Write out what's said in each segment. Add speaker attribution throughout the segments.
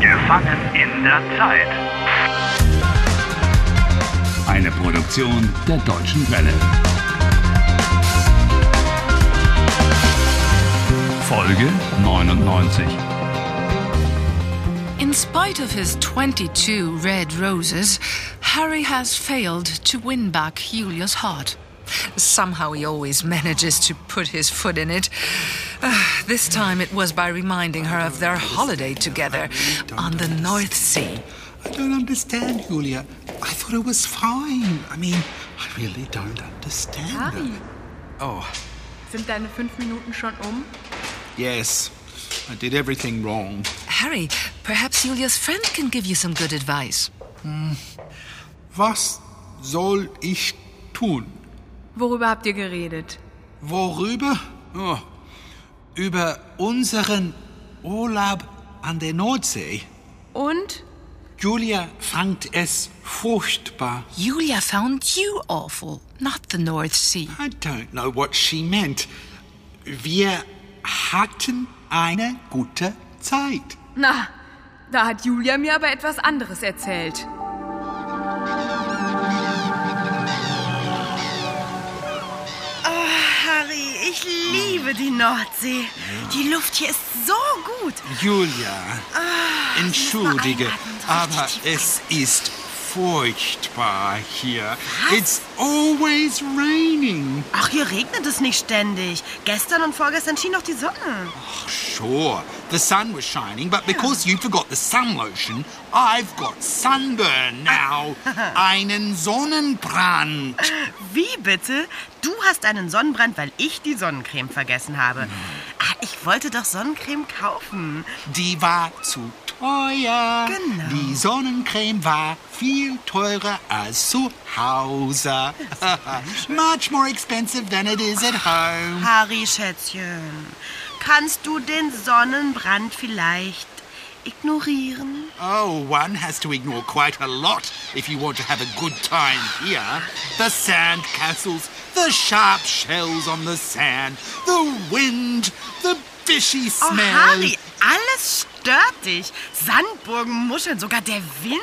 Speaker 1: Gefangen in der Zeit.
Speaker 2: Eine Produktion der Deutschen Welle. Folge 99.
Speaker 3: In spite of his 22 red roses, Harry has failed to win back Julia's heart. Somehow he always manages to put his foot in it. Ah, this time it was by reminding her of their holiday together on the North Sea.
Speaker 4: I don't understand, Julia. I thought it was fine. I mean, I really don't understand.
Speaker 5: Harry,
Speaker 4: Oh,
Speaker 5: sind deine fünf Minuten schon um?
Speaker 4: yes. I did everything wrong.
Speaker 3: Harry, perhaps Julia's friend can give you some good advice.
Speaker 4: Was soll ich tun?
Speaker 5: Worüber habt ihr geredet?
Speaker 4: Worüber? Oh, über unseren Urlaub an der Nordsee.
Speaker 5: Und?
Speaker 4: Julia fand es furchtbar.
Speaker 3: Julia found you awful, not the North Sea.
Speaker 4: I don't know what she meant. Wir hatten eine gute Zeit.
Speaker 5: Na, da hat Julia mir aber etwas anderes erzählt.
Speaker 6: Harry, ich liebe die Nordsee. Die Luft hier ist so gut.
Speaker 4: Julia,
Speaker 6: Ah,
Speaker 4: entschuldige,
Speaker 6: einatmen, so
Speaker 4: aber
Speaker 6: richtig tief
Speaker 4: es ist furchtbar hier. It's always raining.
Speaker 6: Ach, hier regnet es nicht ständig. Gestern und vorgestern schien noch die Sonne.
Speaker 4: Sure, the sun was shining, but because you forgot the sun lotion, I've got sunburn
Speaker 6: Ah.
Speaker 4: now. Einen Sonnenbrand.
Speaker 6: Wie bitte? Du hast einen Sonnenbrand, weil ich die Sonnencreme vergessen habe. Ah, ich wollte doch Sonnencreme kaufen.
Speaker 4: Die war zu teuer.
Speaker 6: Genau.
Speaker 4: Die Sonnencreme war viel teurer als zu Hause. Much more expensive than it is at home.
Speaker 6: Harry, Schätzchen, kannst du den Sonnenbrand vielleicht ignorieren?
Speaker 4: Oh, one has to ignore quite a lot if you want to have a good time here. The sand castles, the sharp shells on the sand, the wind, the fishy
Speaker 6: Oh,
Speaker 4: smell.
Speaker 6: Harry, alles stört dich. Sandburgen, Muscheln, sogar der Wind.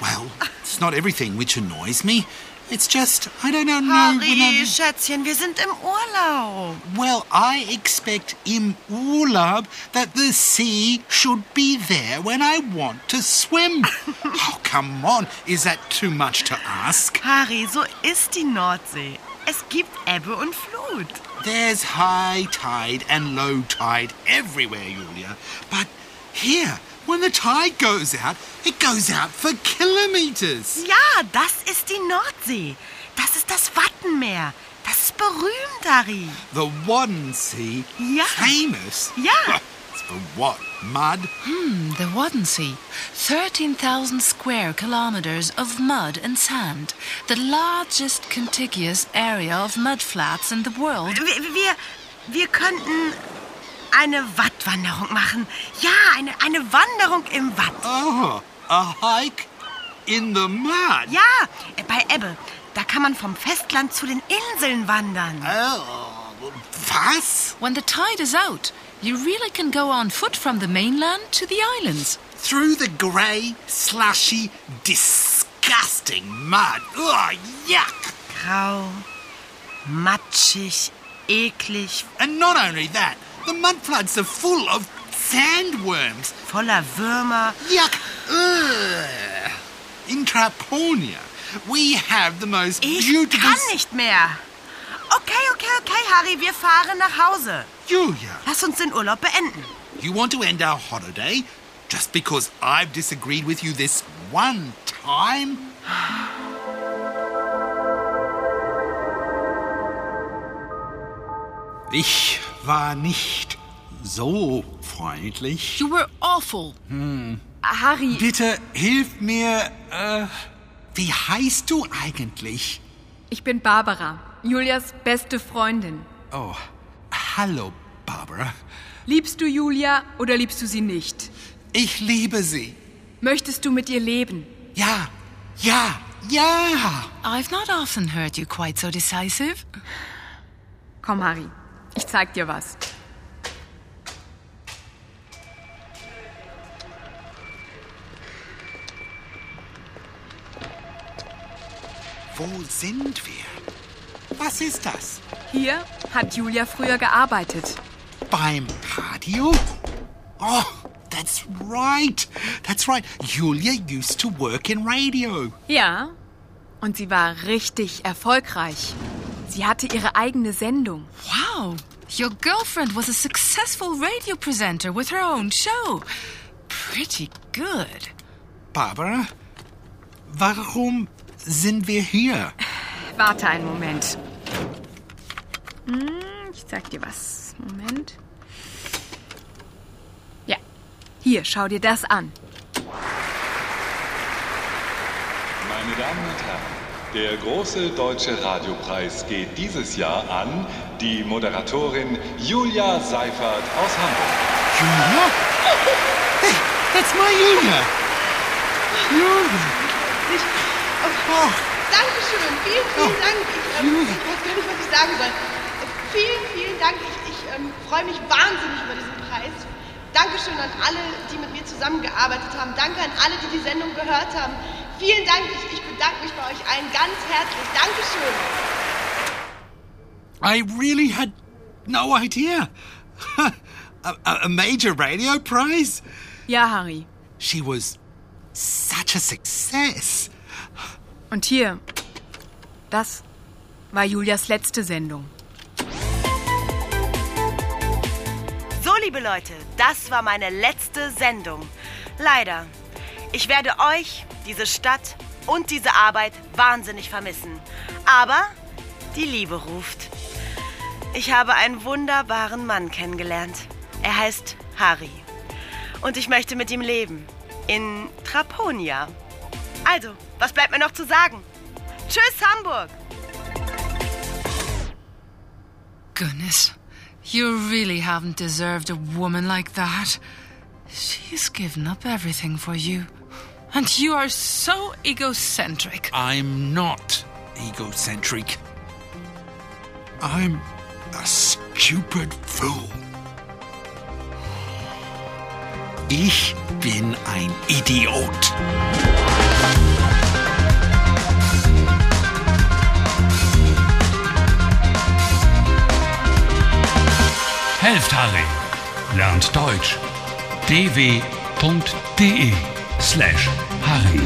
Speaker 4: Well, it's not everything which annoys me. It's just I don't know. when
Speaker 6: Harry,
Speaker 4: I'm-
Speaker 6: Schätzchen, wir sind im Urlaub.
Speaker 4: Well, I expect im Urlaub that the sea should be there when I want to swim. oh, come on. Is that too much to ask?
Speaker 6: Harry, so ist die Nordsee. Es gibt Ebbe und Flut.
Speaker 4: There's high tide and low tide everywhere, Julia. But here, when the tide goes out, it goes out for kilometres.
Speaker 6: Ja, das ist die Nordsee. Das ist das Wattenmeer. Das ist berühmt, Harry.
Speaker 4: The Wadden Sea,
Speaker 6: Yeah.
Speaker 4: famous.
Speaker 6: Yeah.
Speaker 4: it's for what? Mud?
Speaker 3: The Wadden Sea, 13,000 square kilometers of mud and sand, the largest contiguous area of mudflats in the world.
Speaker 6: Wir, wir, wir könnten eine Wattwanderung machen. Ja, eine, eine Wanderung im Watt.
Speaker 4: Oh, a hike in the mud.
Speaker 6: Ja, bei Ebbe. Da kann man vom Festland zu den Inseln wandern.
Speaker 4: Oh, was?
Speaker 3: When the tide is out, you really can go on foot from the mainland to the islands.
Speaker 4: Through the grey, slushy, disgusting mud. Oh, yuck!
Speaker 6: Grau, matschig, eklig,
Speaker 4: And not only that, the mudfloods are full of sandworms.
Speaker 6: voller Würmer.
Speaker 4: Yuck! Ugh. In Traponia, we have the most
Speaker 6: Ich
Speaker 4: beautiful.
Speaker 6: kann nicht mehr. Okay, okay, okay, Harry, wir fahren nach Hause.
Speaker 4: Julia,
Speaker 6: Lass uns den Urlaub beenden.
Speaker 4: you want to end our holiday just because I've disagreed with you this one time? Ich war nicht so freundlich.
Speaker 3: You were awful.
Speaker 5: Harry,
Speaker 4: Bitte hilf mir. Äh, wie heißt du eigentlich?
Speaker 5: ich bin Barbara, Julias beste Freundin.
Speaker 4: Oh, hallo, Barbara.
Speaker 5: Liebst du Julia oder liebst du sie nicht?
Speaker 4: Ich liebe sie.
Speaker 5: Möchtest du mit ihr leben?
Speaker 4: Ja, ja, ja.
Speaker 3: I've not often heard you quite so decisive.
Speaker 5: Komm, Harry, ich zeig dir was.
Speaker 4: Wo sind wir? Was ist das?
Speaker 5: Hier hat Julia früher gearbeitet.
Speaker 4: Beim Radio? Oh, that's right. That's right. Julia used to work in radio.
Speaker 5: Ja. Und sie war richtig erfolgreich. Sie hatte ihre eigene Sendung.
Speaker 3: Wow, your girlfriend was a successful radio presenter with her own show. Pretty good.
Speaker 4: Barbara, warum sind wir hier?
Speaker 5: Warte einen Moment. Hm, Ich zeig dir was. Moment. Ja. Hier, schau dir das an.
Speaker 1: Meine Damen und Herren, der große deutsche Radiopreis geht dieses Jahr an die Moderatorin Julia Seifert aus Hamburg.
Speaker 4: Julia? Hey, that's my Julia. Julia. Oh,
Speaker 7: Dankeschön, vielen, vielen
Speaker 4: Oh,
Speaker 7: Dank. Ich, ähm,
Speaker 4: Julia.
Speaker 7: ich weiß gar nicht, was ich sagen soll. Äh, Vielen, vielen Dank. Ich, ich ähm, freue mich wahnsinnig über diesen Preis. Dankeschön an alle, die mit mir zusammengearbeitet haben. Danke an alle, die die Sendung gehört haben. Vielen Dank. Ich, ich bedanke mich bei euch allen ganz herzlich. Dankeschön.
Speaker 4: I really had no idea. a, a- a major radio prize?
Speaker 5: Ja, Harry.
Speaker 4: She was such a success.
Speaker 5: Und hier. Das war Julias letzte Sendung.
Speaker 6: So, liebe Leute, das war meine letzte Sendung. Leider. Ich werde euch, diese Stadt und diese Arbeit wahnsinnig vermissen. Aber die Liebe ruft. Ich habe einen wunderbaren Mann kennengelernt. Er heißt Harry. Und ich möchte mit ihm leben. In Traponia. Also, was bleibt mir noch zu sagen? Tschüss, Hamburg!
Speaker 3: Goodness, you really haven't deserved a woman like that. She's given up everything for you. And you are so egocentric.
Speaker 4: I'm not egocentric. I'm a stupid fool. Ich bin ein Idiot.
Speaker 2: Helft Harry. Lernt Deutsch. dw.de slash Harry.